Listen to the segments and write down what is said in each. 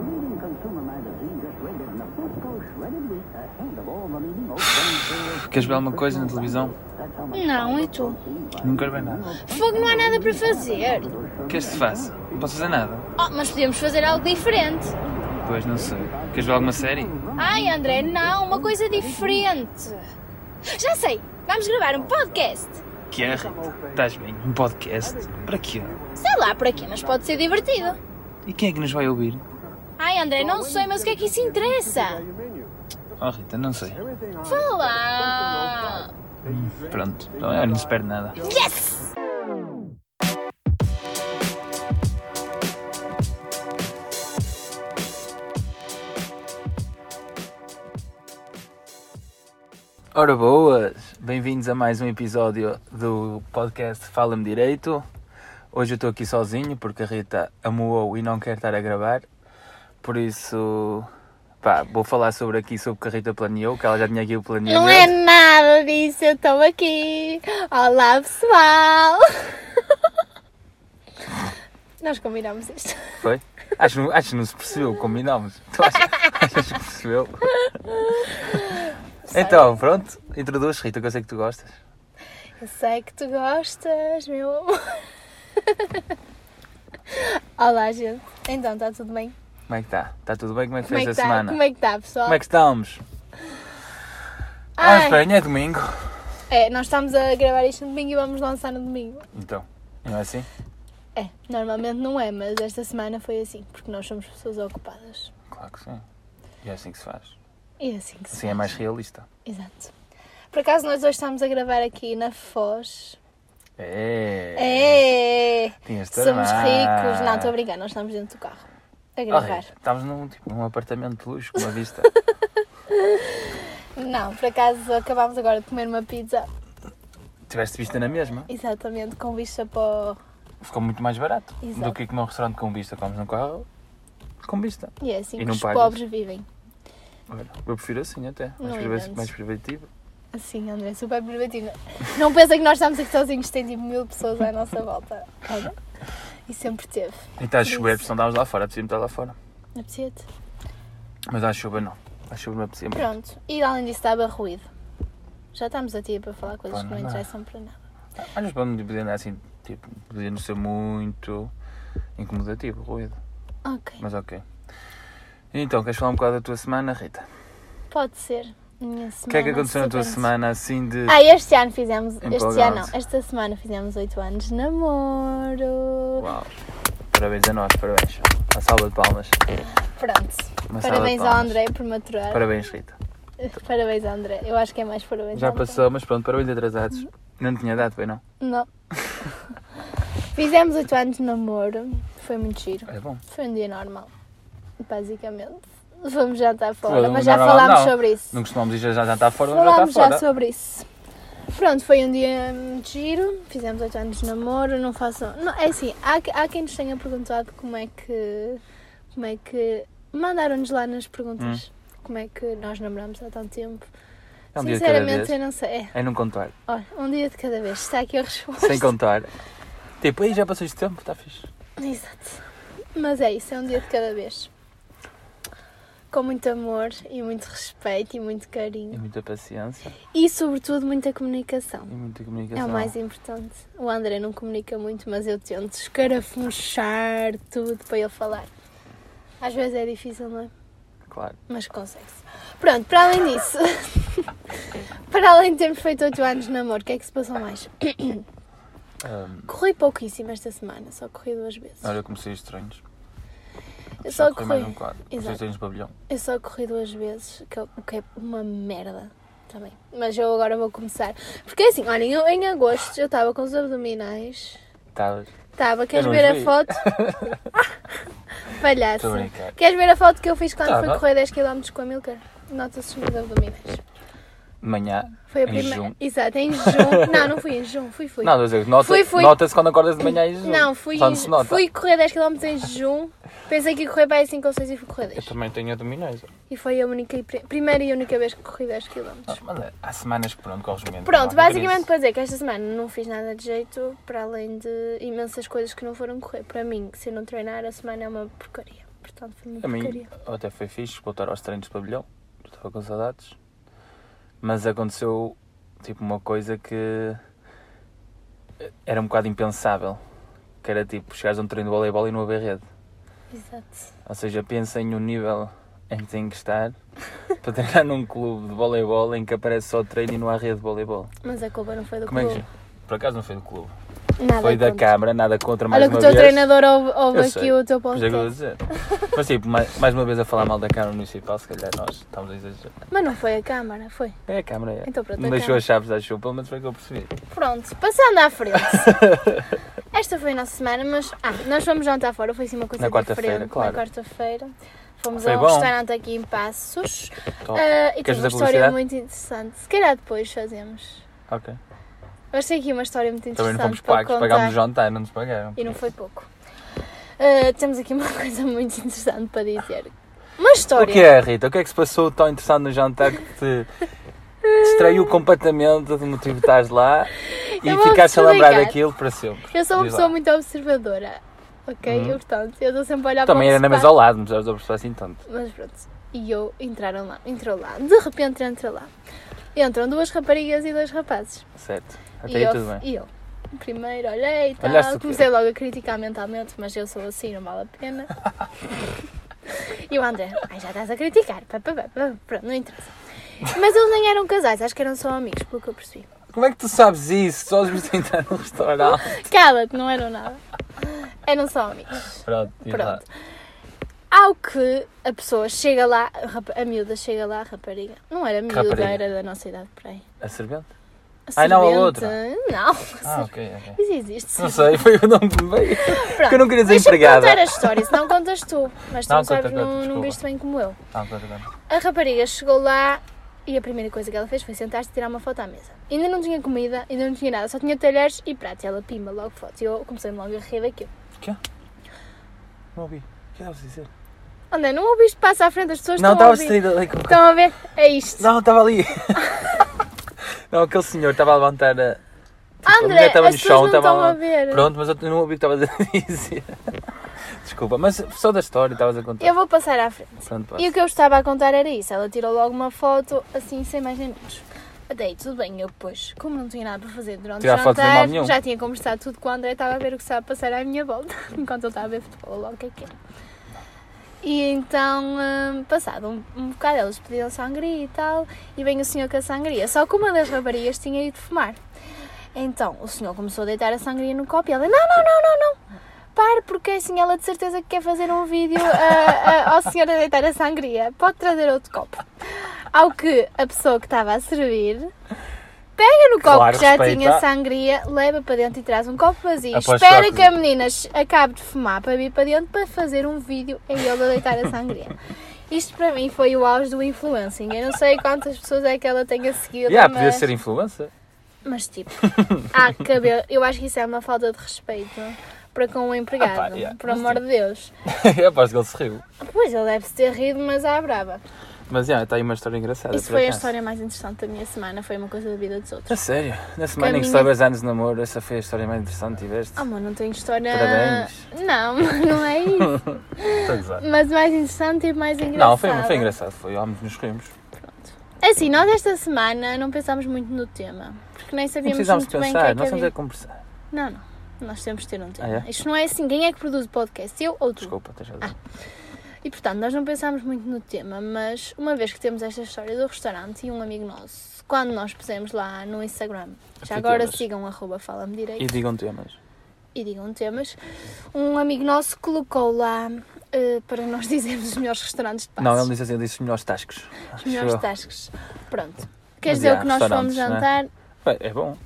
consumer magazine just rated Nabisco shredded wheat ahead of all the leading oat grain cereals. Queres ver alguma coisa na televisão? That's how much Não, e tu? Não quero ver nada. Fogo não há nada para fazer. Queres que te faça? Não posso fazer nada. Oh, mas podemos fazer algo diferente. Pois não sei. Queres ver alguma série? Ai, André, não, uma coisa diferente. Já sei, vamos gravar um podcast. Que é, Rita? Estás bem? Um podcast? Para quê? Sei lá para quê, mas pode ser divertido. E quem é que nos vai ouvir? Ai, André, não sei, mas o que é que isso interessa? Oh, Rita, não sei. Fala! Pronto, então eu não espero nada. Yes! Ora boas, bem-vindos a mais um episódio do podcast Fala-me Direito. Hoje eu estou aqui sozinho porque a Rita amuou e não quer estar a gravar. Por isso, pá, vou falar sobre aqui sobre o que a Rita planeou, que ela já tinha aqui o planeamento. Não é nada disso, eu estou aqui. Olá, pessoal! Nós combinamos isto. Foi? Acho, que não- acho que não se percebeu, combinámos. Tu achas, achas que percebeu? Então, pronto, introduz Rita, que eu sei que tu gostas. Eu sei que tu gostas, meu amor. Olá, gente. Então, está tudo bem? Como é que está? Está tudo bem? Como é que fez Como é que a está? semana? Como é que está, pessoal? Como é que estamos? Ah, Ai, espera, ainda é domingo. é, nós estamos a gravar isto no domingo e vamos lançar no domingo. Então, não é assim? É, normalmente não é, mas esta semana foi assim, porque nós somos pessoas ocupadas. Claro que sim. E é assim que se faz. E é assim que se Assim é mais realista. Exato. Por acaso, nós hoje estamos a gravar aqui na Foz. É. É! Tinhas de Somos armar. ricos. Não, estou a brincar, nós estamos dentro do carro. A Oh, gravar. Rita, estamos num, tipo, num apartamento de luxo, com uma vista. Não, por acaso acabámos agora de comer uma pizza Tiveste vista na mesma. Exatamente, com vista para o... Ficou muito mais barato Exato. do que comer um restaurante com vista. Comes num carro com vista. E é assim E que não os pagas. pobres vivem. Olha, Eu prefiro assim até. Não Mais, priva- inventes. mais privativo. Assim, André, super privativo. Não pensa que nós estamos aqui sozinhos, tem tipo mil pessoas à nossa volta. Olha. E sempre teve. E está a chover, Por isso. porque senão estávamos lá fora. Apetecia-me estar lá fora. Apetecia-te? Mas à chuva não. é À chuva me apetecia muito. Pronto. E além disso estava ruído. Já estamos a ti para falar coisas Pá, que não não dá. interessam para nada. Às vezes podemos poder andar assim, tipo, podia não ser muito incomodativo o ruído, Ok. mas ok. Então, queres falar um bocado da tua semana, Rita? Pode ser. Minha semana. O que é que aconteceu na tua super- semana assim de. Ah, este ano fizemos. Este ano Empolgante. não. Esta semana fizemos 8 anos de namoro. Uau! Parabéns a nós, parabéns. Uma salva de palmas. Pronto. Uma salva de Parabéns ao palmas. André por maturar. Parabéns, Rita. Parabéns, André. Eu acho que é mais parabéns. Já André. passou, mas pronto, parabéns atrasados. Não tinha dado, foi não? Não. Fizemos 8 anos de namoro. Foi muito giro. É bom. Foi um dia normal. Basicamente. Vamos jantar fora. Foi um mas já normal- falámos não. sobre isso. Não costumamos ir já já está fora, mas já falámos está fora. já sobre isso. Pronto, foi um dia muito giro. Fizemos 8 anos de namoro. Não façam. Não, é assim, há, que- há quem nos tenha perguntado como é que. Como é que. Mandaram-nos lá nas perguntas. Como é que nós namoramos há tanto tempo? Hum. É um dia de cada Sinceramente, eu vez. não sei. É, É não contar. Olha, um dia de cada vez, está aqui a resposta. Sem contar. Tipo, aí já passou este tempo, está fixe. Exato. Mas é isso, é um dia de cada vez. Com muito amor e muito respeito e muito E carinho. muita paciência E sobretudo muita comunicação. e muita É comunicação. o mais importante. O André não comunica muito, mas eu tento escarafunchar tudo para ele falar. Às vezes é difícil, não é? Claro. Mas consegue-se. Pronto, para além disso, para além de termos feito 8 anos de namoro, o que é que se passou mais? Ahm, Corri pouquíssimo esta semana, só corri duas vezes. Olha, eu comecei estranhos. Eu Já só corri corri, mais um quadro. Comecei Exato. estranhos no pavilhão. eu só corri duas vezes, que é- o que é uma merda também. Mas eu agora vou começar. Porque assim, olhem, eu, em agosto eu estava com os abdominais. Estavas. Estava, queres não ver vi. a foto? Palhaço. É Estou assim. a brincar. Queres ver a foto que eu fiz quando Tava. fui correr 10km com a Milker? Nota-se os meus abdominais. De manhã. Foi a em primeira. junho. Exato, em junho. não, não fui em junho, fui, fui. Não, estou a dizer, nota- Fui, fui. nota-se quando acordas de manhã e junho. Não, fui, Só em- não se nota. fui correr 10km em junho. Pensei que ia correr para aí 5 ou 6 e fui correr 10. Eu também tenho abdominais. E foi a única e pri- primeira e única vez que corri 10 km. Ah, Mas é, há semanas que pronto, corres menos. Pronto, Não há basicamente crise. para dizer que esta semana não fiz nada de jeito, para além de imensas coisas que não foram correr. Para mim, se eu não treinar, a semana é uma porcaria. portanto foi uma A mim porcaria. até foi fixe voltar aos treinos de pavilhão, eu estava com saudades. Mas aconteceu tipo uma coisa que era um bocado impensável, que era tipo chegares a um treino de voleibol e não haver rede. Exato. Ou seja, pensem no nível em que têm que estar para treinar num clube de voleibol em que aparece só treino e não há rede de voleibol. Mas a culpa não foi do Como é clube. que por acaso não foi do clube? Nada foi da contra. Câmara, nada contra mais Olha que uma o teu vez. treinador ouve, ouve Eu aqui sei. o teu Pois é que eu vou podcast. dizer. Mas tipo, mais, mais uma vez a falar mal da Câmara Municipal, se calhar nós estamos a exagerar. Mas não foi a Câmara, foi. É a Câmara, é. Então, pronto, Não a deixou Câmara. as chaves à chuva, pelo menos foi o que eu percebi. Pronto, passando à frente. Esta foi a nossa semana, mas ah, nós fomos jantar fora, foi assim uma coisa Na quarta-feira, diferente. claro. Na quarta-feira. Fomos Foi a um bom. restaurante aqui em Passos. Top. ah, e Oh, Queres teve uma fazer história publicidade? muito interessante. Se calhar depois fazemos. Ok. Mas tem aqui uma história muito Também interessante. não fomos para pagos, pagámos o contar. jantar, não nos pagaram. E não foi pouco. Ah, temos aqui uma coisa muito interessante para dizer. Uma O história. que é, Rita? O que é que se passou tão interessante no jantar que te distraiu completamente do motivo de estás lá e Eu vou-te ficaste a lembrar explicar. daquilo para sempre? Eu sou uma Diz lá. pessoa muito observadora, ok? Uhum. Eu, portanto, eu estou sempre a olhar Também para era o na mesa sofá. ao lado, não precisavas de observar assim tanto. Mas pronto, e eu entraram lá, entrou lá, de repente entra lá. Entram duas raparigas e dois rapazes. Certo. E Até aí eu, tudo bem. e eu, primeiro olhei Olhaste e o tal, quê? comecei logo a criticar mentalmente, mas eu sou assim, não vale a pena. e o André, ai já estás a criticar, pá, pá, pá, pá." pronto, não interessa. Mas eles nem eram casais, acho que eram só amigos, pelo que eu percebi. Como é que tu sabes isso? Só os viste entrar no restaurante. Cala-te, não eram nada. Eram só amigos. Pronto, diz lá. Pronto. Ao que a pessoa chega lá, a rap- a miúda chega lá, a rapariga. Não era miúda, Rapariga. era da nossa idade, por aí. A servente? A Ai, não, a servente- outra. Não, a Ah, servente. ok, ok. Isso existe. Não sei, foi o nome que me veio. Pronto, eu não queria dizer deixa-me empregada. contar a história, se não contas tu. Mas tu Não, conta, não, conta, sabes, não, não desculpa. viste bem como eu. Ah, conta, conta. A rapariga chegou lá e a primeira coisa que ela fez foi sentar-se e tirar uma foto à mesa. Ainda não tinha comida, ainda não tinha nada, só tinha talheres e pratos. E ela pima logo foto. E eu comecei-me logo a rir daquilo. Não ouvi. O que estavas a dizer? André, não ouviste? Passa à frente, as pessoas Não, estão a estava ouvir. distraída ali com Estão a ver? É isto. Não, estava ali. não, aquele senhor estava a levantar a. a mulher André, estava as no pessoas chão, não estava estão lá. a ver. Pronto, mas eu não ouvi o que estavas a dizer. Desculpa, mas só da história estavas a contar. Eu vou passar à frente. Pronto, passa. E o que eu estava a contar era isso. Ela tirou logo uma foto, assim, sem mais nem menos. Até aí, tudo bem. Eu, pois, como não tinha nada para fazer durante Tirar o fotos não é mal jantar, nenhum. já tinha conversado tudo com o André, estava a ver o que estava a passar à minha volta, enquanto ele estava a ver futebol, logo o que é que era. E então, hum, passado um, um bocado, eles pediram sangria e tal, e vem o senhor com a sangria. Só que uma das raparigas tinha ido fumar. Então, o senhor começou a deitar a sangria no copo e ela, não, não, não, não, não. Pare, porque assim ela de certeza que quer fazer um vídeo ah, ah, ao senhor a deitar a sangria. Pode trazer outro copo. Ao que a pessoa que estava a servir pega no copo Claro, que já respeita. tinha sangria, leva para dentro e traz um copo vazio. Aposto Espera que- que a menina ch- acabe de fumar para vir para dentro para fazer um vídeo em ele a deitar a sangria. Isto para mim foi o auge do influencing. Eu não sei quantas pessoas é que ela tenha seguido. Yeah, podia mas... ser influencer. Mas tipo, há que haver. Eu acho que isso é uma falta de respeito para com o empregado, Ah pá, yeah. por amor de Deus. eu aposto que ele se riu. Pois ele deve-se ter rido, mas à brava. Mas yeah, está aí uma história engraçada. isso por foi a acaso. história mais interessante da minha semana, foi uma coisa da vida dos A outros. sério, na semana em que minha- celebras anos de namoro, essa foi a história mais interessante que tiveste. Ah, mas não tenho história. Parabéns. Não, não é isso. Estou a gozar. Mas mais interessante e mais engraçado. Não, foi, foi engraçado, foi ambos nos rimos. Assim, nós esta semana não pensámos muito no tema, porque nem Não sabíamos precisámos muito bem o que é pensar, que nós estamos havia. a conversar. Não, não. Nós temos de ter um tema. Ah, é? Isto não é assim. Quem é que produz o podcast? Eu ou tu? Desculpa, tens razão. E portanto, nós não pensámos muito no tema, mas uma vez que temos esta história do restaurante e um amigo nosso, quando nós pusemos lá no Instagram, Ah, já agora temas. sigam arroba fala-me direito E digam temas. e digam temas, um amigo nosso colocou lá eh, para nós dizermos os melhores restaurantes de Passos. Não, ele disse assim, ele disse os melhores tascos. Os Acho melhores eu. tascos. Pronto. Quer Mas, dizer, já, o que nós restaurantes, fomos não é? jantar Bem, É bom.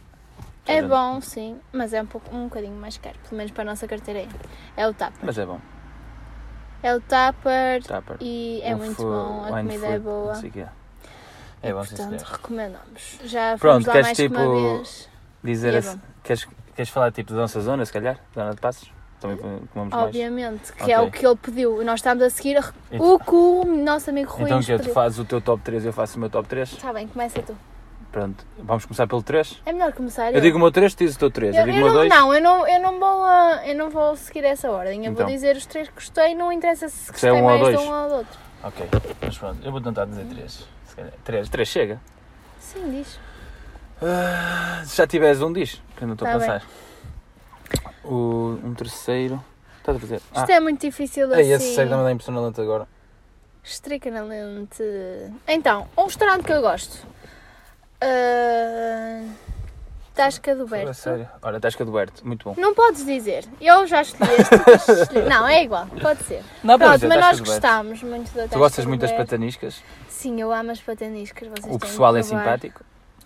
é Restaurante. bom, sim, mas é um, pouco, um bocadinho mais caro, pelo menos para a nossa carteira. É o Tupper. Mas é bom. É o Tupper Tupper. e é Um muito fu- bom, a wine comida é food, Não boa. sei o que é. É bom, sim, Portanto, senhor. recomendamos. Já fomos Pronto, lá queres mais que tipo- uma vez. Dizer e é assim- queres, queres falar tipo da nossa zona, se calhar? Zona de Passos? Também com- comemos mais. Obviamente, que é Ok. o que ele pediu. Nós estamos a seguir a- Então- o que o nosso amigo Rui Então nos que tu pediu. fazes o teu top 3 eu faço o meu top 3? Está bem, começa tu. Pronto, vamos começar pelo 3? É melhor começar. Eu digo o meu 3, tu dizes o teu 3. Eu, Eu, digo o eu meu não, 2. não, eu não, eu não vou, ah, eu não vou seguir essa ordem. Eu Então. vou dizer os três que gostei, não interessa se Se é gostei um ou mais de dois. um ou do outro. Ok, mas pronto, eu vou tentar Hum. dizer 3. 3, 3 chega. Sim, diz. Ah, Se já tiveres um, diz, que eu não estou a Tá pensar. O, um terceiro. Estás a fazer? Ah, Isto é muito difícil é assim. esse cego também dá impressão na lente agora. Estricanamente. Então, um restaurante que eu gosto. Ah, Tasca do Fala Berto. sério. Olha, Tasca do Berto, muito bom. Não podes dizer. Eu já escolhi este. tu escolhi- Não, é igual. Pode ser. Não, pode Pronto, dizer Tasca mas nós do Berto. gostámos muito da Tasca Tu gostas do muito das Berto. pataniscas, Sim, eu amo as pataniscas. Vocês têm o de pessoal é provar. simpático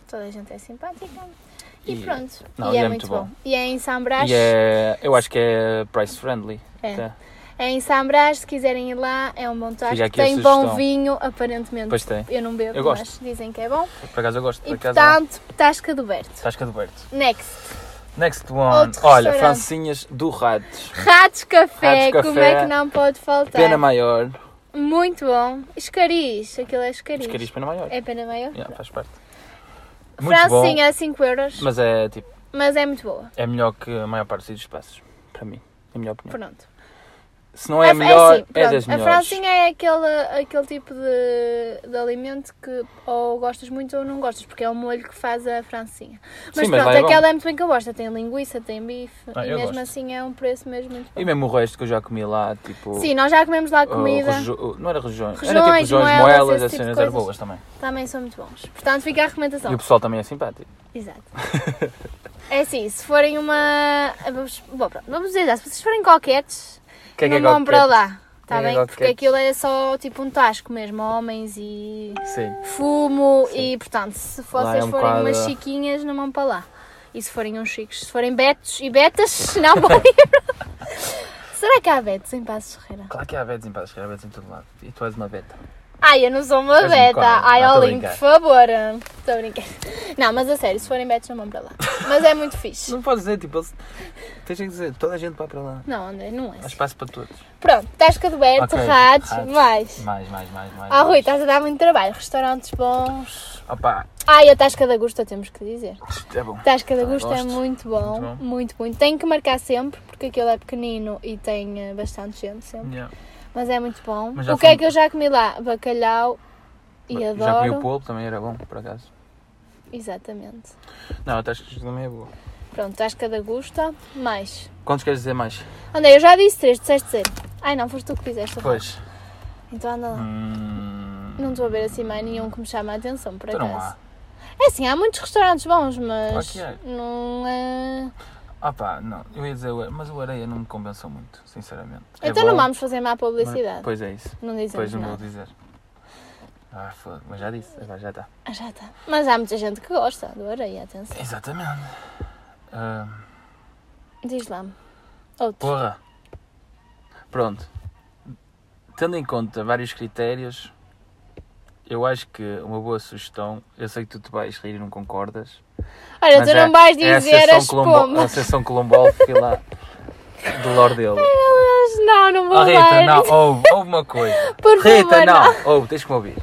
Toda a gente é simpática. E, E- pronto. não, e é, muito bom. E é em Sambrás. e é, eu acho que é price friendly. É. Tá. É em Sambrás, se quiserem ir lá, é um bom Fica tasco. aqui a Tem sugestão. bom vinho, aparentemente. Pois tem, Eu não bebo, Eu gosto. mas dizem que é bom. por acaso eu gosto. Por E acaso, não. Tá. portanto, Tasca do Berto. Tasca do Berto. Next. Next one. Outro Olha, restaurante. Francinhas do Ratos. Ratos Café, Ratos Café. como é que não pode faltar? Pena maior. Muito bom. Escariz, aquilo é escariz. Os caris pena maior. É pena maior. Yeah, faz parte. É Muito Francinha a 5 euros, bom, mas é tipo, mas é muito boa. é melhor que a maior parte dos espaços, para mim. Na minha opinião. Pronto. Se não é a, melhor, é, assim, pronto, das A melhores. francinha é aquele, aquele tipo de, de alimento que ou gostas muito ou não gostas, porque é o molho que faz a francinha. Mas Sim, mas pronto, lá é bom. aquela é muito bem que eu gosto. Tem linguiça, tem bife, Ah, e eu mesmo gosto. assim é um preço mesmo muito bom. E mesmo o resto que eu já comi lá, tipo. Sim, nós já comemos lá a oh, comida. rejo- oh, Não era regiões, era tipo Regiões, regiões, moelas, moelas, esse as tipo de cenas eram coisas. boas também. Também são muito bons. Portanto, fica a recomendação. E o pessoal também é simpático. Exato. é assim, se forem uma. Vamos, bom, pronto, vamos dizer já, se vocês forem coquetes, O que é que não é vão coquetes? para lá. Que é Está que é bem? Porque coquetes? aquilo é só tipo um tasco mesmo, homens e Sim. fumo e portanto, se Lá é vocês um forem bocado- umas chiquinhas, não vão para lá. E se forem uns chicos, se forem betos e betas, não vão ir. Será que há betos em Passos Ferreira? Claro que há betas em Passos Ferreira, há betas em todo lado. E tu és uma beta. Ai, eu não sou uma És um beta. cone. Ai, Ah, tô a Olinho, brincar. por favor. Estou a brincar. Não, mas a sério, se forem betos, não vão para lá. Mas é muito fixe. Não podes dizer, tipo, eles... tens que dizer, toda a gente vai para lá. Não, André, não é. Há espaço para todos. Pronto, Tasca do Berto, Ok, ratos, ratos. mais. Mais, mais, mais, mais. Ah, Rui, mais. estás a dar muito trabalho. Restaurantes bons. Opa, Ai, a Tasca da Gusta, temos que dizer. isto é bom. Tasca da Ah, Gusta é gosto. muito bom, Muito muito, bom. muito, Tem que marcar sempre, porque aquilo é pequenino e tem eh, bastante gente sempre. Yeah. Mas é muito bom. Hum. Mas já O que é fomos- que eu já comi lá? Bacalhau e Já comi o adoro. polvo, também era bom, por acaso. Exatamente. Não, até acho que isto também é boa. Pronto, Tasca da Gusta, mais. Quantos queres dizer mais? André, eu já disse três, disseste zero. Ai não, foste tu que fizeste. Pois. Então anda lá. Hum... Não estou a ver assim mais nenhum que me chame a atenção, por Então acaso. não há. É assim, há muitos restaurantes bons, mas Claro que não é. Opa, não. Eu ia dizer, o- mas o areia não me compensou muito, sinceramente. É então bom, não vamos fazer má mas- publicidade. Pois é isso. Não dizemos Pois não vou nada. dizer. Ah, foda Mas já disse, agora já tá. está. Ah, já está. Mas há muita gente que gosta do areia, atenção. Exatamente. Ah, Diz lá. Outro. porra. Pronto. Tendo em conta vários critérios, eu acho que uma boa sugestão, eu sei que tu te vais rir e não concordas. Olha, mas tu é- não vais é a dizer Associação as Colombo- A pombas. Associação Colombol, fui lá do Lordelo. Elas não, não vou Oh, Rita, dar. não, ouve, ouve uma coisa. Por Rita, favor, não. não, ouve, tens que me ouvir.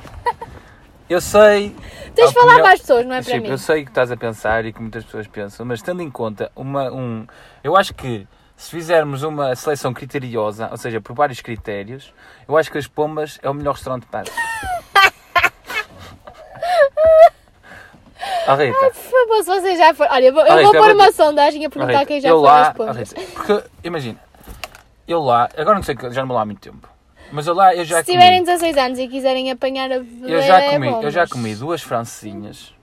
Eu sei. Tens de a falar opinião- para as pessoas, não é para Tipo, mim. eu sei o que estás a pensar e que muitas pessoas pensam, mas tendo em conta uma, um. Eu acho que se fizermos uma seleção criteriosa, ou seja, por vários critérios, eu acho que as Pombas é o melhor restaurante de Passos. Oh, Rita, Por favor, se vocês já for. Olha, eu vou, eu Olha, vou já pôr vou uma sondagem a oh, perguntar Rita quem já eu foi lá. às oh, pombas. Rita, porque, imagina, eu lá, agora não sei, que- já não vou lá há muito tempo, mas eu lá eu já Se comi. tiverem 16 anos e quiserem apanhar a bebedeira, Eu já é comi, bom, eu já mas- comi duas francinhas.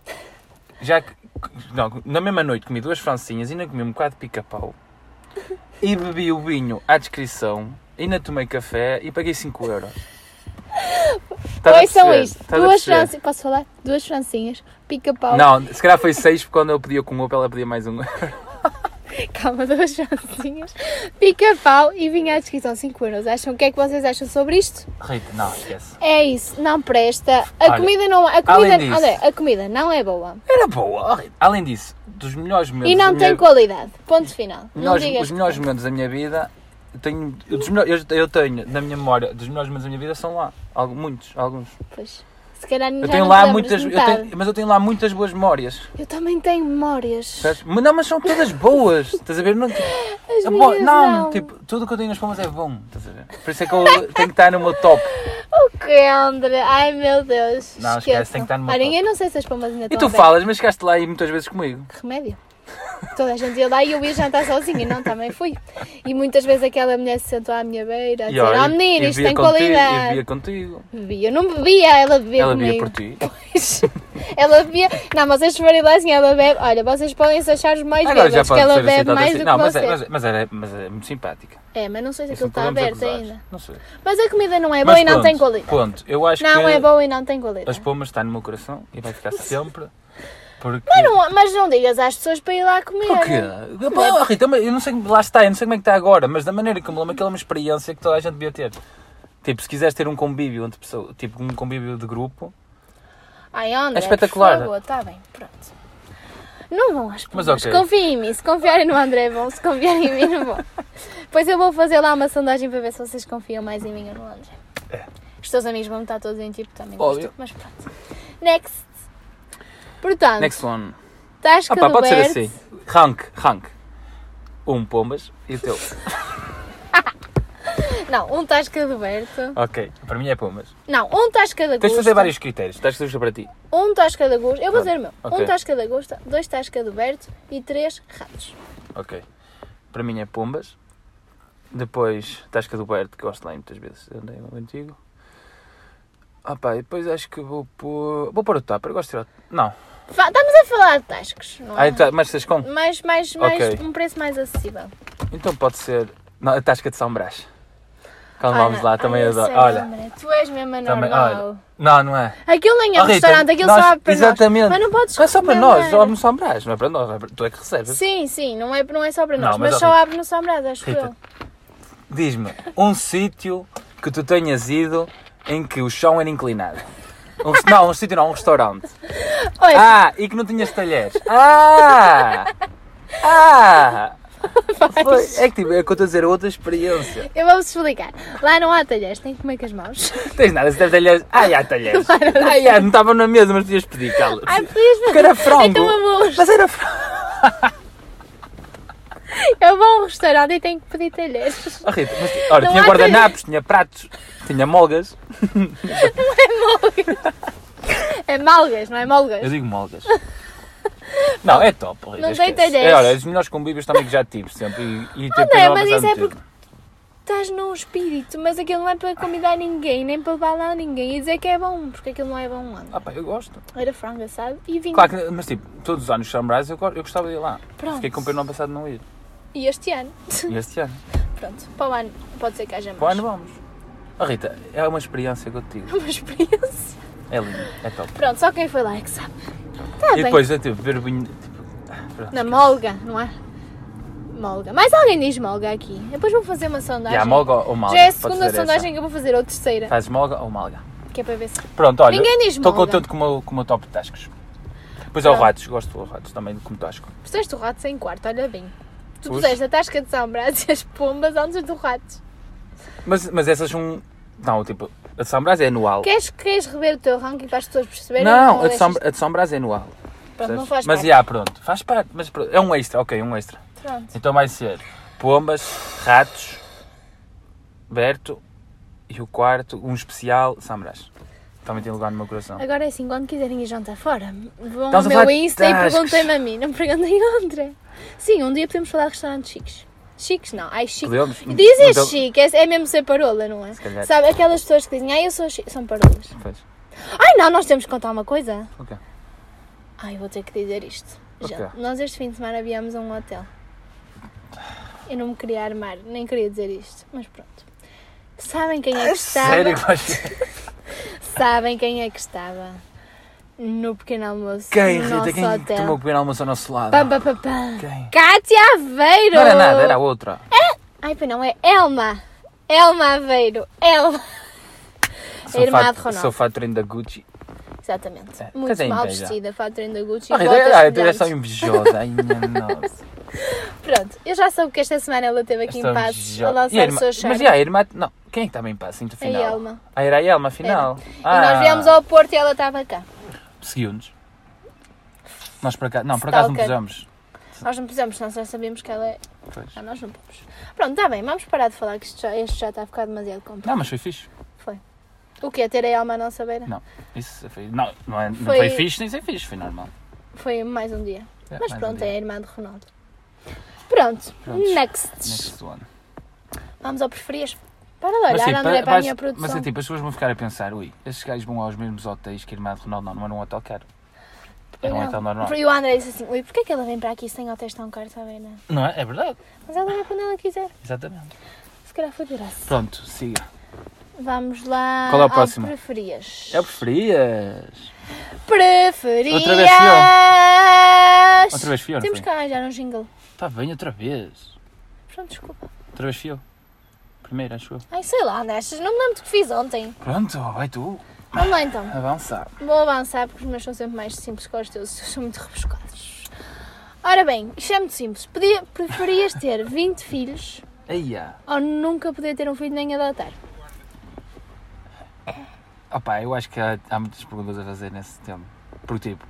Já que- não, na mesma noite comi duas francinhas, ainda comi um bocado de pica-pau. E bebi o vinho à descrição, ainda tomei café e paguei 5 euros. Estás a Quais são perceber? isto? Estás a Duas perceber? francinhas. Posso falar? Duas francinhas, pica-pau. Não, se calhar foi 6 porque quando eu pedia com o Opel ela pedia mais um. Calma, duas francinhas, pica-pau e vinha à descrição 5 euros. Acham, o que é que vocês acham sobre isto? Rita, não, esquece. É isso, não presta. A Olha, comida não é- a comida, além disso- olha, a comida não é boa. Era boa, Rita. Além disso, dos melhores momentos. E da não minha tem qualidade. Ponto final. Não Melhores- digas. os melhores que- momentos da minha vida, eu tenho, eu, dos melhores- eu- eu tenho na minha memória, dos melhores momentos da minha vida são lá. Algum- muitos, alguns. Pois. Se calhar Eu tenho lá muitas. eu tenho- mas eu tenho lá muitas boas memórias. Eu também tenho memórias. Sabes? Mas não, mas são todas boas. Estás a ver? Não, tipo, As a minhas bo- não, tipo, tudo o que eu tenho nas palmas é bom. Estás a ver? Por isso é que eu tenho que estar no meu top. O Kendra, ai meu Deus. Não, esquece, tem que estar numa Olha, foto. eu não sei se as pombas ainda E estão tu abertas. falas, mas chegaste lá e muitas vezes comigo. Que remédio. Toda a gente ia lá e eu ia jantar sozinha, não, também fui. E muitas vezes aquela mulher se sentou à minha beira a E dizer: olha, Oh menino, eu isto via tem contigo, qualidade. Eu via contigo. Bebia, eu não bebia, ela bebia Ela via comigo. por ti. Pois. ela bebia. Não, vocês forem lá assim, ela bebe. Olha, vocês podem se achar os mais Agora já bêbados, que pode ela ser bebe aceitada mais do assim. que Não, mas você. é, mas, é- mas era- mas é muito simpática. É, mas não sei se Isso aquilo não está podemos aberto acusar. ainda. Não sei. Mas a comida não Mas é boa e não pronto, tem qualidade. Ponto, eu acho Não que é boa e não tem qualidade. as pomas está no meu coração e vai ficar sempre. Porque... Mas não, é. mas não digas às pessoas para ir lá comer. né? Porquê? Pá, Rita, mas eu não sei, lá está, eu não sei como é que está agora, mas da maneira como lembro, aquela é uma experiência que toda a gente devia ter. Tipo, se quiseres ter um convívio entre pessoas, tipo um convívio de grupo, Ai, É André, espetacular. Por favor, está bem, pronto. Não vão às Mas pombas. ok. Confiem em mim. Se confiarem no André, vão. Se confiarem em mim, não vão. Pois eu vou fazer lá uma sondagem para ver se vocês confiam mais em mim ou no André. Os teus amigos vão estar todos em tipo também. É. Óbvio. Mas pronto. Next. Portanto, next one. estás Ah com pá, o pode ser Roberto. assim. Rank, rank. Um pombas e o teu. Não, um tasca do Berto. ok, para mim é pombas. Não, um tasca da Tens de Gusta. fazer vários critérios, tens de fazer para ti. Um tasca da Gusta. Eu vou dizer o meu. Ok. Um tasca da Gusta, dois tasca do Berto e três ratos. Ok. Para mim é Pombas. Depois Tasca do Berto, que gosto lá muitas vezes. Eu andei lá contigo. Ah pá, e depois acho que vou pôr... Vou pôr o tupper, eu gosto de tirar... o- Não. Fa- Estamos a falar de tascos, não é? Ah, então, mas estás com... mais, mais, mais Ok. um preço mais acessível. Então pode ser... Não, a Tasca de São Brás. Olha, Calma, Então vamos lá, também olha, é adoro. sério, Olha. André, tu és mesmo Também, anormal. olha. Não, não é. Aquilo nem é Oh, um Rita, restaurante, aquilo nós- só é para Exatamente. nós. Mas não podes Não é só para recomendar. nós, abre no São Brás. Não é para nós, é para- tu é que recebes. Sim, sim, não é, não é só para Não, nós, mas, mas, ó, só Rita- abre no Sombrado, acho Rita, eu. Diz-me, um sítio que tu tenhas ido em que o chão era inclinado. Um, res- não, um sítio não, um restaurante. Olha, Ah, e que não tinhas talheres. Ah! Ah! Foi, é que tipo, é que eu estou a dizer outra experiência. eu vou-vos explicar. Lá não há talheres, tem que comer com as mãos. Tens nada, se tens talheres. Ai, há talheres. Ai, há, não estava na mesa, mas podias pedir, cala. Ai, podias Porque era frango. Então, amor, Mas era frango. eu vou a um restaurante e tenho que pedir talheres. Oh, Rita, mas, olha, Não tinha há guardanapos, tinha pratos, tinha molgas. É malgas, não é molgas? Eu digo molgas. Não, é top, Rita. Não tem esquece. talheres. É, olha, os melhores convívios também que já tive sempre. E, e Não, tentei é, não mas avançar isso é muito. porque Estás num espírito, mas aquilo não é para convidar ninguém, nem para levar lá ninguém e dizer que é bom, porque aquilo não é bom, André. Ah pá, eu gosto. Era frango assado e vinho. Claro que, mas tipo, todos os anos Sunrise eu, go- eu gostava de ir lá. Pronto. Fiquei com pena no ano passado de não ir. E este ano, E este ano? pronto, para o ano, pode ser que haja mais. Para o ano vamos. Oh, Rita, é uma experiência que eu te digo. Uma experiência. É lindo, é top. Pronto, só quem foi lá é que sabe. Está e bem. depois é tipo, ver o vinho. Tipo, ah, pronto. Na molga, não é? Molga. Mais alguém diz molga aqui. Depois vou fazer uma sondagem. Já, molga ou malga? Já é a Podes segunda dizer sondagem que eu vou fazer, ou terceira, Essa. Fazes molga ou malga? que é para ver se. Pronto, olha. Ninguém diz Estou molga. contente com o meu, com o meu top de tascos. Depois é o Pronto. ratos, gosto do ratos também como tasco. Puseste o rato sem quarto, olha bem. Tu Pus. puseste a tasca de São Brás e as pombas antes do rato. Mas, mas essas são. Não, tipo, a de São Brás é anual. Queres, queres rever o teu ranking para as pessoas perceberem? Não, Ou a de, São, deixas- a de São Brás é anual. Pronto, não percebes? faz mas parte. já, pronto, faz parte. Mas pronto, é um extra, ok, um extra. Pronto. Então vai ser pombas, ratos, Berto e o quarto, um especial, Sambrás. Também tem lugar no meu coração. Agora é assim, quando quiserem ir jantar fora, vão Estamos ao a meu falar de Insta e tascos. perguntem-me a mim, não perguntem a André. Sim, um dia podemos falar de restaurantes chiques. Chiques não, ai chique. Podemos. Dizem Então- chique, é, é mesmo ser parola, não é? calhar. Sabe, aquelas pessoas que dizem, ai eu sou chique, são parolas. Pois. Ai não, nós temos que contar uma coisa. Ok. Ai, vou ter que dizer isto. Ok. Gente, nós este fim de semana viemos a um hotel. Eu não me queria armar, nem queria dizer isto, mas pronto. Sabem quem é que estava? Sério que vais. Sabem quem é que estava no pequeno almoço? Quem, no Rita? nosso Quem é que hotel? tomou o pequeno almoço ao nosso lado? Pam, pam, pam, pam. Quem? Cátia Aveiro! Não era nada, era outra. Ai, pois não, é Elma! Elma Aveiro! Elma! Sou É, irmã fato- de Ronaldo. Tipo Sou fatrinho da Gucci. Exatamente. É, mas Muito é mal inveja. vestida, fatura da Gucci. Ah, e Rita, botas ah, tu és brilhantes. tão invejosa. Ai, minha nossa. Pronto, eu já soube que esta semana ela esteve aqui És em tão Passos a invejosa. lançar E a o irmã- seu charme. Mas já, a irmã. Não, Quem é que também passa no A final? Elma. Ah, era a Elma, afinal. Ah, E nós viemos ao Porto e ela estava cá. Seguiu-nos. Nós por acaso. Não, por acaso não Stalker. pusemos. Nós não pusemos, nós já sabíamos que ela é. Pois. Ah, nós não pomos. Pronto, está bem, vamos parar de falar que isto já, este já está a ficar demasiado Não, complicado. mas foi fixe. O que é ter a alma à nossa beira? Não. Isso foi. Não, não, é, não Foi- foi... fixe nem sem fixe, foi normal. Foi mais um dia. É, Mas mais um pronto, dia. é a irmã de Ronaldo. Pronto, Prontos. next. Next one. Vamos ao preferias. Para de olhar, tipo, André, para a vais- minha produção. mas é tipo, as pessoas vão ficar a pensar, ui, estes gajos vão aos mesmos hotéis que a irmã de Ronaldo, não, não era um hotel caro. Era um Não. hotel normal. E o André disse assim, ui, porquê que ela vem para aqui sem hotéis tão caros, está bem, não? Não é? É verdade. Mas ela vai quando ela quiser. Exatamente. Se calhar foi de graça. Pronto, siga. Vamos lá Qual é o ao próximo? preferias. Eu É preferias. Preferias. Outra vez fui Outra vez fui eu, não Temos foi? que arranjar um jingle. Está bem, outra vez. Pronto, desculpa. Outra vez fui eu. Primeiro, acho eu. Ai, sei lá, nestas. Não me lembro do que fiz ontem. Pronto, vai tu. Vamos lá então. Avançar. Vou avançar porque os meus são sempre mais simples que os teus. Os teus são muito rebuscados. Ora bem, isto é muito simples. Podia- preferias ter 20 filhos Eia. ou nunca poder ter um filho nem adotar? Opa, eu acho que há, há muitas perguntas a fazer nesse tema. Por tipo,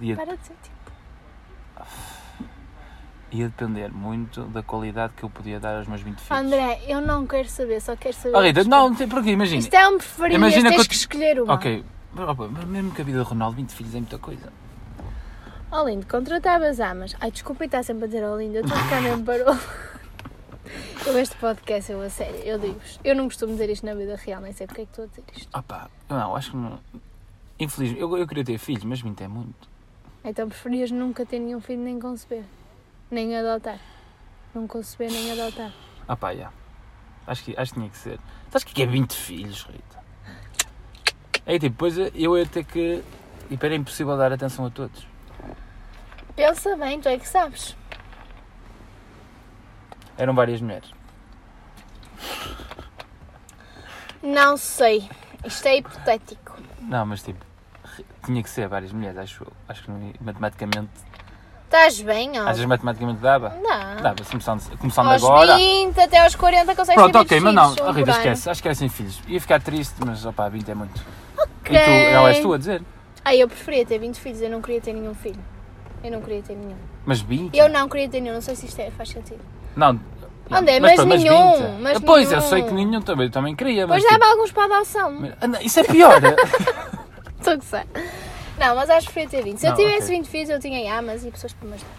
ia, Para de ser tipo. ia depender muito da qualidade que eu podia dar aos meus 20 filhos. André, eu não quero saber, só quero saber. Oh, a Rita, resposta. não, não tem porquê, imagina. Isto é um preferias, Imagina tens que eu que, te- escolher uma. Ok, mas, opa, mas mesmo que a vida do Ronaldo, 20 filhos é muita coisa. Oh, lindo, contratavas amas. Ai, desculpa, e está sempre a dizer oh, lindo, eu estou a ficar mesmo barulho. Eu este podcast, eu a sério, eu digo-vos. Eu não costumo dizer isto na vida real, nem sei porque é que estou a dizer isto. Opa, não, acho que não. Infelizmente, eu, eu queria ter filhos, mas 20 é muito. Então preferias nunca ter nenhum filho nem conceber? Nem adotar? Não conceber nem adotar? Opa, Ah, já. Acho que, acho que tinha que ser. Sabes o que é que é 20 filhos, Rita? É tipo, depois eu ia ter que. E para é impossível dar atenção a todos. Pensa bem, tu é que sabes. Eram várias mulheres. Não sei. Isto é hipotético. Não, mas tipo, re- tinha que ser várias mulheres, acho eu. Acho que não ia- matematicamente. Estás bem, ó? Às vezes matematicamente dava? Não. Dava, começando, começando Aos agora. 20 até aos 40 consegues Pronto, ter ok, dois mas não, filhos, um oh, Rita, por ano. esquece, acho que é sem filhos. Ia ficar triste, mas opá, 20 é muito. Ok. E tu, não és tu a dizer. Ah, eu preferia ter 20 filhos, eu não queria ter nenhum filho. Eu não queria ter nenhum. Mas 20? Eu não queria ter nenhum, não sei se isto é, faz sentido. Não. André, mas pronto, nenhum, 20. mas pois, eu nenhum. sei que nenhum também, eu também queria, mas. Pois dava alguns para adoção. tipo, Anda, isso é pior! Estou a gozar. Não, mas acho que preferia ter 20. Se eu Não, tivesse ok. 20 filhos, eu tinha amas e pessoas para me ajudar.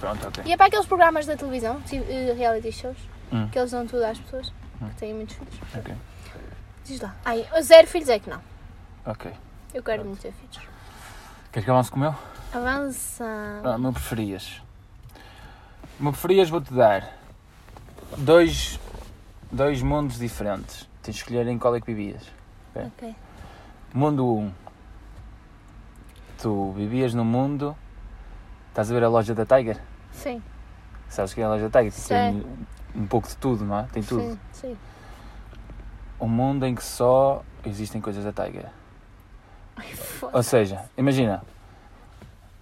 Pronto, ok. E é para aqueles programas da televisão, ti- eh, reality shows, Hum. que eles dão tudo às pessoas que têm muitos filhos. Ok. Diz lá. Ai, zero filhos é que não. Ok. Eu quero muito ter filhos. Queres que avance com o meu? Avança. Ah, o meu preferias. O meu preferias vou-te dar dois, dois mundos diferentes. Tens de escolher em qual é que vivias. Ok. Mundo 1. Tu vivias no mundo. Estás a ver a loja da Tiger? Sim, Sabes que é a loja da Tiger? Sei. Tem um pouco de tudo, não é? Tem tudo. sim, sim. um mundo em que só existem coisas da Tiger. Ai, foda. Ou seja, imagina,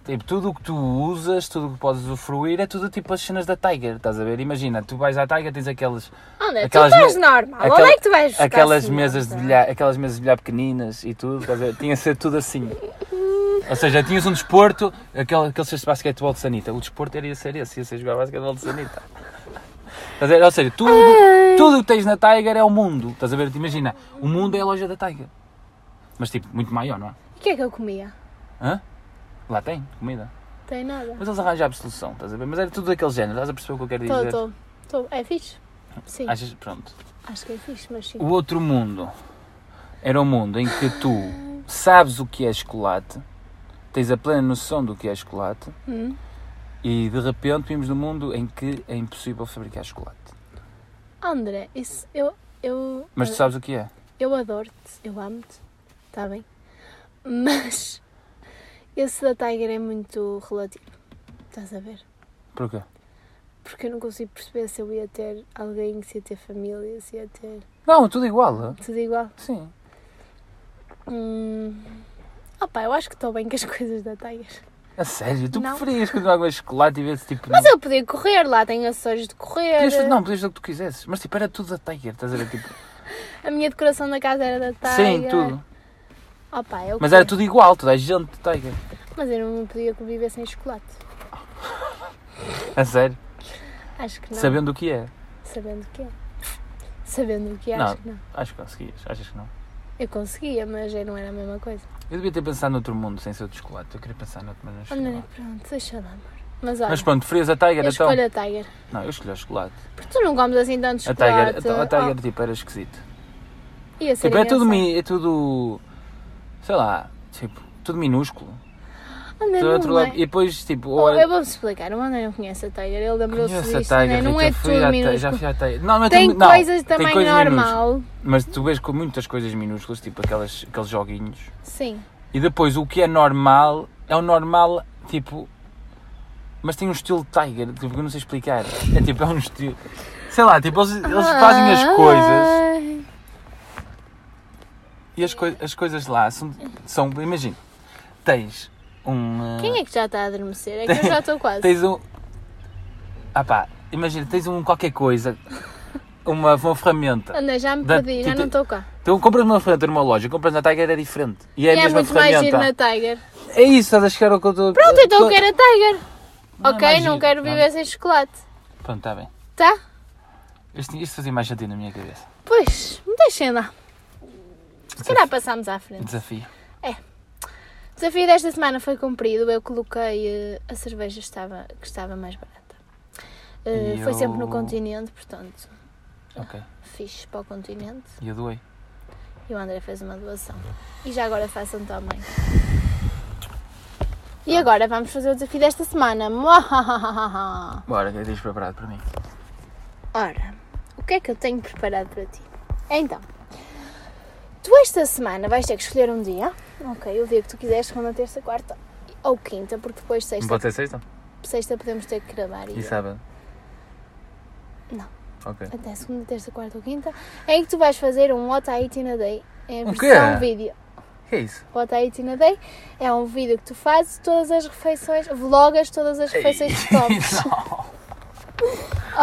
tipo, tudo o que tu usas, tudo o que podes usufruir é tudo tipo as cenas da Tiger, estás a ver? Imagina, tu vais à Tiger, tens aquelas, Anda, aquelas tu estás me- normal. aquela- Onde é que tu vais buscar aquelas assim, mesas de nossa? bilhar, aquelas mesas de bilhar pequeninas e tudo, estás a ver? Tinha de ser tudo assim. Ou seja, tinhas um desporto, aquele, aquele cesto de basquetebol de Sanita. O desporto era ia ser esse, ia ser jogar basquetebol de Sanita. Estás a ver? Ou seja, tudo tudo o que tens na Tiger é o mundo. Estás a ver? Imagina, o mundo é a loja da Tiger. Mas tipo, muito maior, não é? O que é que eu comia? Lá tem comida. Tem nada. Mas eles arranjavam solução, estás a ver? Mas era tudo daquele género, estás a perceber o que eu quero dizer? Estou, estou. É fixe? Sim, Achas, pronto. acho que é fixe, mas sim. O outro mundo era o mundo em que tu sabes o que é chocolate, tens a plena noção do que é chocolate Hum. e de repente vimos num mundo em que é impossível fabricar chocolate. André, isso eu. eu eh, Mas tu sabes o que é? Eu adoro-te, eu amo-te, está bem? Mas esse da Tiger é muito relativo, estás a ver? Porquê? Porque eu não consigo perceber se eu ia ter alguém, se ia ter família, se ia ter. Não, é tudo igual. Tudo igual. Sim. Hum... Opa, eu acho que estou bem com as coisas da Tiger. A sério, tu Não. preferias continuar com esse chocolate e ver esse tipo de. Mas eu podia correr, lá tenho acessórios de correr. Podias fazer- não, podias fazer o que tu quisesses, mas tipo, era tudo da Tiger, estás a ver? Tipo, A minha decoração da casa era da Taiga. Sim, tudo. Oh, pá, é o Mas que era é. tudo igual, toda a gente, Tiger. Mas eu não podia viver sem chocolate. A sério, Acho que não. sabendo o que é. Sabendo o que é. Sabendo o que é, Não. acho que não. Acho que conseguias, achas que não? Eu conseguia, mas já não era a mesma coisa. Eu devia ter pensado noutro mundo sem ser o de chocolate. Eu queria pensar noutro, mas não Oh, escolhi não, lá. pronto, deixa lá, amor. Mas olha, Mas pronto, frias a Tiger, eu então. escolho a Tiger. Não, eu escolhi o chocolate. Porque tu não comes assim tanto A chocolate. Tiger, a, a Tiger tipo, era esquisito. Oh, ia ser Tipo, é tudo, engraçado. mi- é tudo. Sei lá, tipo, tudo minúsculo. Oh, não, Do não outro é. lado- E depois, tipo, Oh, olha- eu vou-vos explicar, o André não conhece a Tiger, ele lembrou-se Conheço disso, a Tiger, né? não Rita, é fui à Tiger- Já tudo minúsculo. fui à Tiger. Não, não é Tem tudo, não, coisas também tem coisas minúsculas. normal, Mas tu vês com muitas coisas minúsculas, tipo aquelas, aqueles joguinhos. sim, E depois o que é normal, é o normal, tipo. Mas tem um estilo Tiger, tipo, que eu não sei explicar. É tipo, é um estilo. Sei lá, tipo, eles, eles fazem Ah, as coisas Ai. e as, coi as coisas lá são. são Imagina, tens um. Quem é que já está a adormecer? É que eu já estou quase. Tens um. Ah pá, imagina, tens um qualquer coisa, uma, uma ferramenta. André, já me Da- perdi, já tipo- não estou cá. Tu compras uma ferramenta numa loja, compras na Tiger é diferente. E é É, a mesma muito mais giro na ferramenta. Tiger. É isso, estás a chegar ao que eu estou. Pronto, então eu quero a Tiger. Não é ok, mais não giro, quero não. viver sem chocolate. Pronto, está bem. Tá? Isto, isto fazia mais sentido na minha cabeça. Pois, me deixem lá. Se calhar passámos à frente. Desafio. O desafio desta semana foi cumprido. Eu coloquei eh, a cerveja estava, que estava mais barata. Eh, E Foi sempre no eu- continente, portanto, Ok. fiz para o continente. E eu doei. E o André fez uma doação. E já agora façam também. E agora vamos fazer o desafio desta semana. Muahahaha. Bora, que tens preparado para mim. Ora, o que é que eu tenho preparado para ti? Então, tu esta semana vais ter que escolher um dia, ok? O dia que tu quiseres, segunda, terça, quarta ou quinta, porque depois Não sexta, pode ser sexta? sexta podemos ter que gravar. E E sábado? Não. Ok. até segunda, terça, quarta ou quinta, em que tu vais fazer um What I Eat in a Day em O quê? versão um vídeo. Que é isso? What I Eat in a Day é um vídeo que tu fazes todas as refeições, vlogas todas as refeições que comes. Não.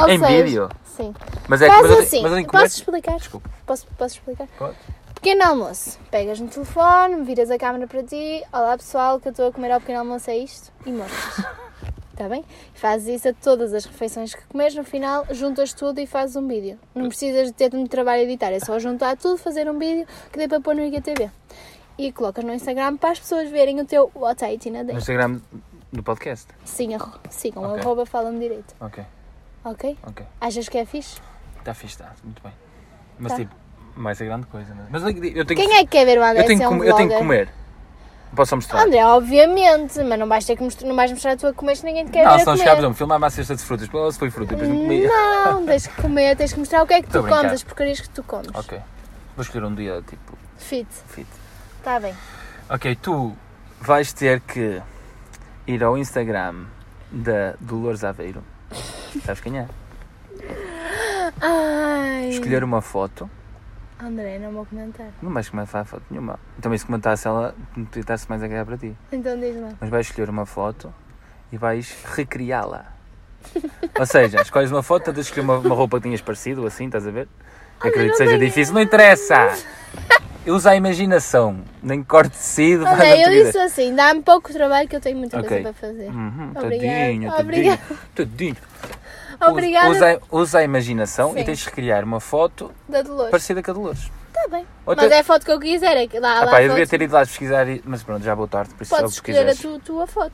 Ou Em seja, vídeo? Sim. Mas é que. Faz Mas, eu- assim, mas eu tenho que comer. posso explicar? Desculpa. Posso, posso explicar? Pode. Pequeno almoço. Pegas no telefone, viras a câmera para ti. Olá pessoal, que eu estou a comer ao pequeno almoço é isto. E mostras. Está bem? Fazes isso a todas as refeições que comes. No final, juntas tudo e fazes um vídeo. Não precisas de ter muito trabalho a editar. É só juntar tudo, fazer um vídeo que dê para pôr no IGTV. E colocas no Instagram para as pessoas verem o teu What I Eat in a Day. No Instagram do podcast. Sim, arro- sigam, Ok. arroba fala-me direito. Ok, Ok? ok. Achas que é fixe? Está fixe, está. Muito bem. Mas Tá. tipo, mais é grande coisa. Mas, mas eu eu tenho Quem que. é que quer ver o André eu, tenho que ser um comer- eu tenho que vlogger? comer. Posso só mostrar? André, obviamente, mas não vais ter que mostrar, não vais mostrar a tua comer se ninguém te quer não, ver se a não chegámos a comer. um filme, há uma cesta de frutas. Pô, se foi fruta, depois não comi. Não, tens que comer, tens que mostrar o que é que Tô a tu brincar. comes, as porcarias que tu comes. Ok. Vou escolher um dia, tipo, Fit, fit. está bem. Ok, tu vais ter que ir ao Instagram da Dolores Aveiro. Sabes quem é? Ai. Escolher uma foto. André, não vou comentar. Não vais comentar foto nenhuma. Também se comentasse ela, não podia estar-se mais a ganhar para ti. Então diz lá. mas vais escolher uma foto e vais recriá-la. Ou seja, escolhes uma foto, tentas escolher uma, uma roupa que tinhas parecido, assim, estás a ver? Acredito que não seja tenho. difícil, não interessa! Usa a imaginação, nem corte tecido, faz a André, tua eu disse ideia. assim, dá-me pouco trabalho que eu tenho muita Ok. coisa para fazer. Uhum, Obrigada. tadinho, tadinho, Obrigada. tadinho. Obrigada Usa, usa a imaginação e Sim. tens de recriar uma foto da Dolores. parecida com a de Lourdes. Está bem. Ou Mas te- é a foto que eu quiser, é que lá, Ah lá pá, a eu devia foto. ter ido lá pesquisar, e- mas pronto, já vou tarde, por isso é o Podes que escolher a quiseres. tu- tua foto.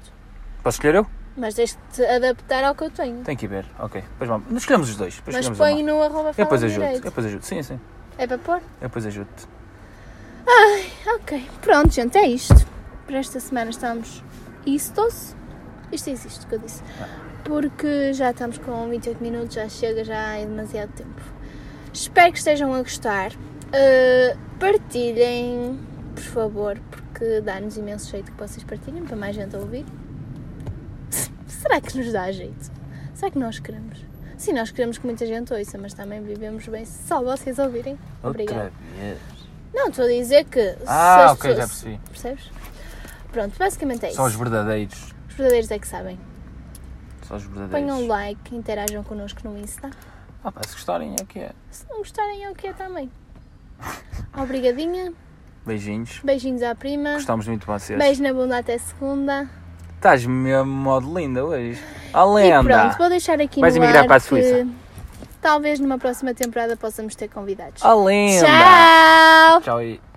Posso escolher eu? Mas tens de te adaptar ao que eu tenho. Tenho que ir ver, ok. Depois vamos, Nós escolhemos os dois, depois Mas escolhemos põe uma. no arroba Eu depois fala-me ajudo, eu direito. depois ajudo, sim, sim. É para pôr? Eu depois ajudo-te. Ok, pronto, gente, é isto. Para esta semana estamos istos. Isto é isto que eu disse. Ah. Porque já estamos com 28 minutos, já chega, já é demasiado tempo. Espero que estejam a gostar. Uh, partilhem, por favor, porque dá-nos imenso jeito que vocês partilhem para mais gente ouvir. Será que nos dá jeito? Será que nós queremos? Sim, nós queremos que muita gente ouça, mas também vivemos bem se só vocês ouvirem. Obrigada. Outra vez. Não, estou a dizer que. se Ah, as ok, já percebi. Percebes? Pronto, basicamente é isso. Só os verdadeiros. Os verdadeiros é que sabem. Só os verdadeiros. Ponham like, interajam connosco no Insta. Ah, pá, se gostarem é o que é. Se não gostarem, é o que é também. Obrigadinha. Beijinhos. Beijinhos à prima. Gostamos muito de vocês. Beijo na bunda até segunda. Estás mesmo modo linda hoje. A E pronto, lenda. vou deixar aqui Vais no emigrar ar para a que Suíça. Talvez numa próxima temporada possamos ter convidados. A lenda. Tchau! Tchau e...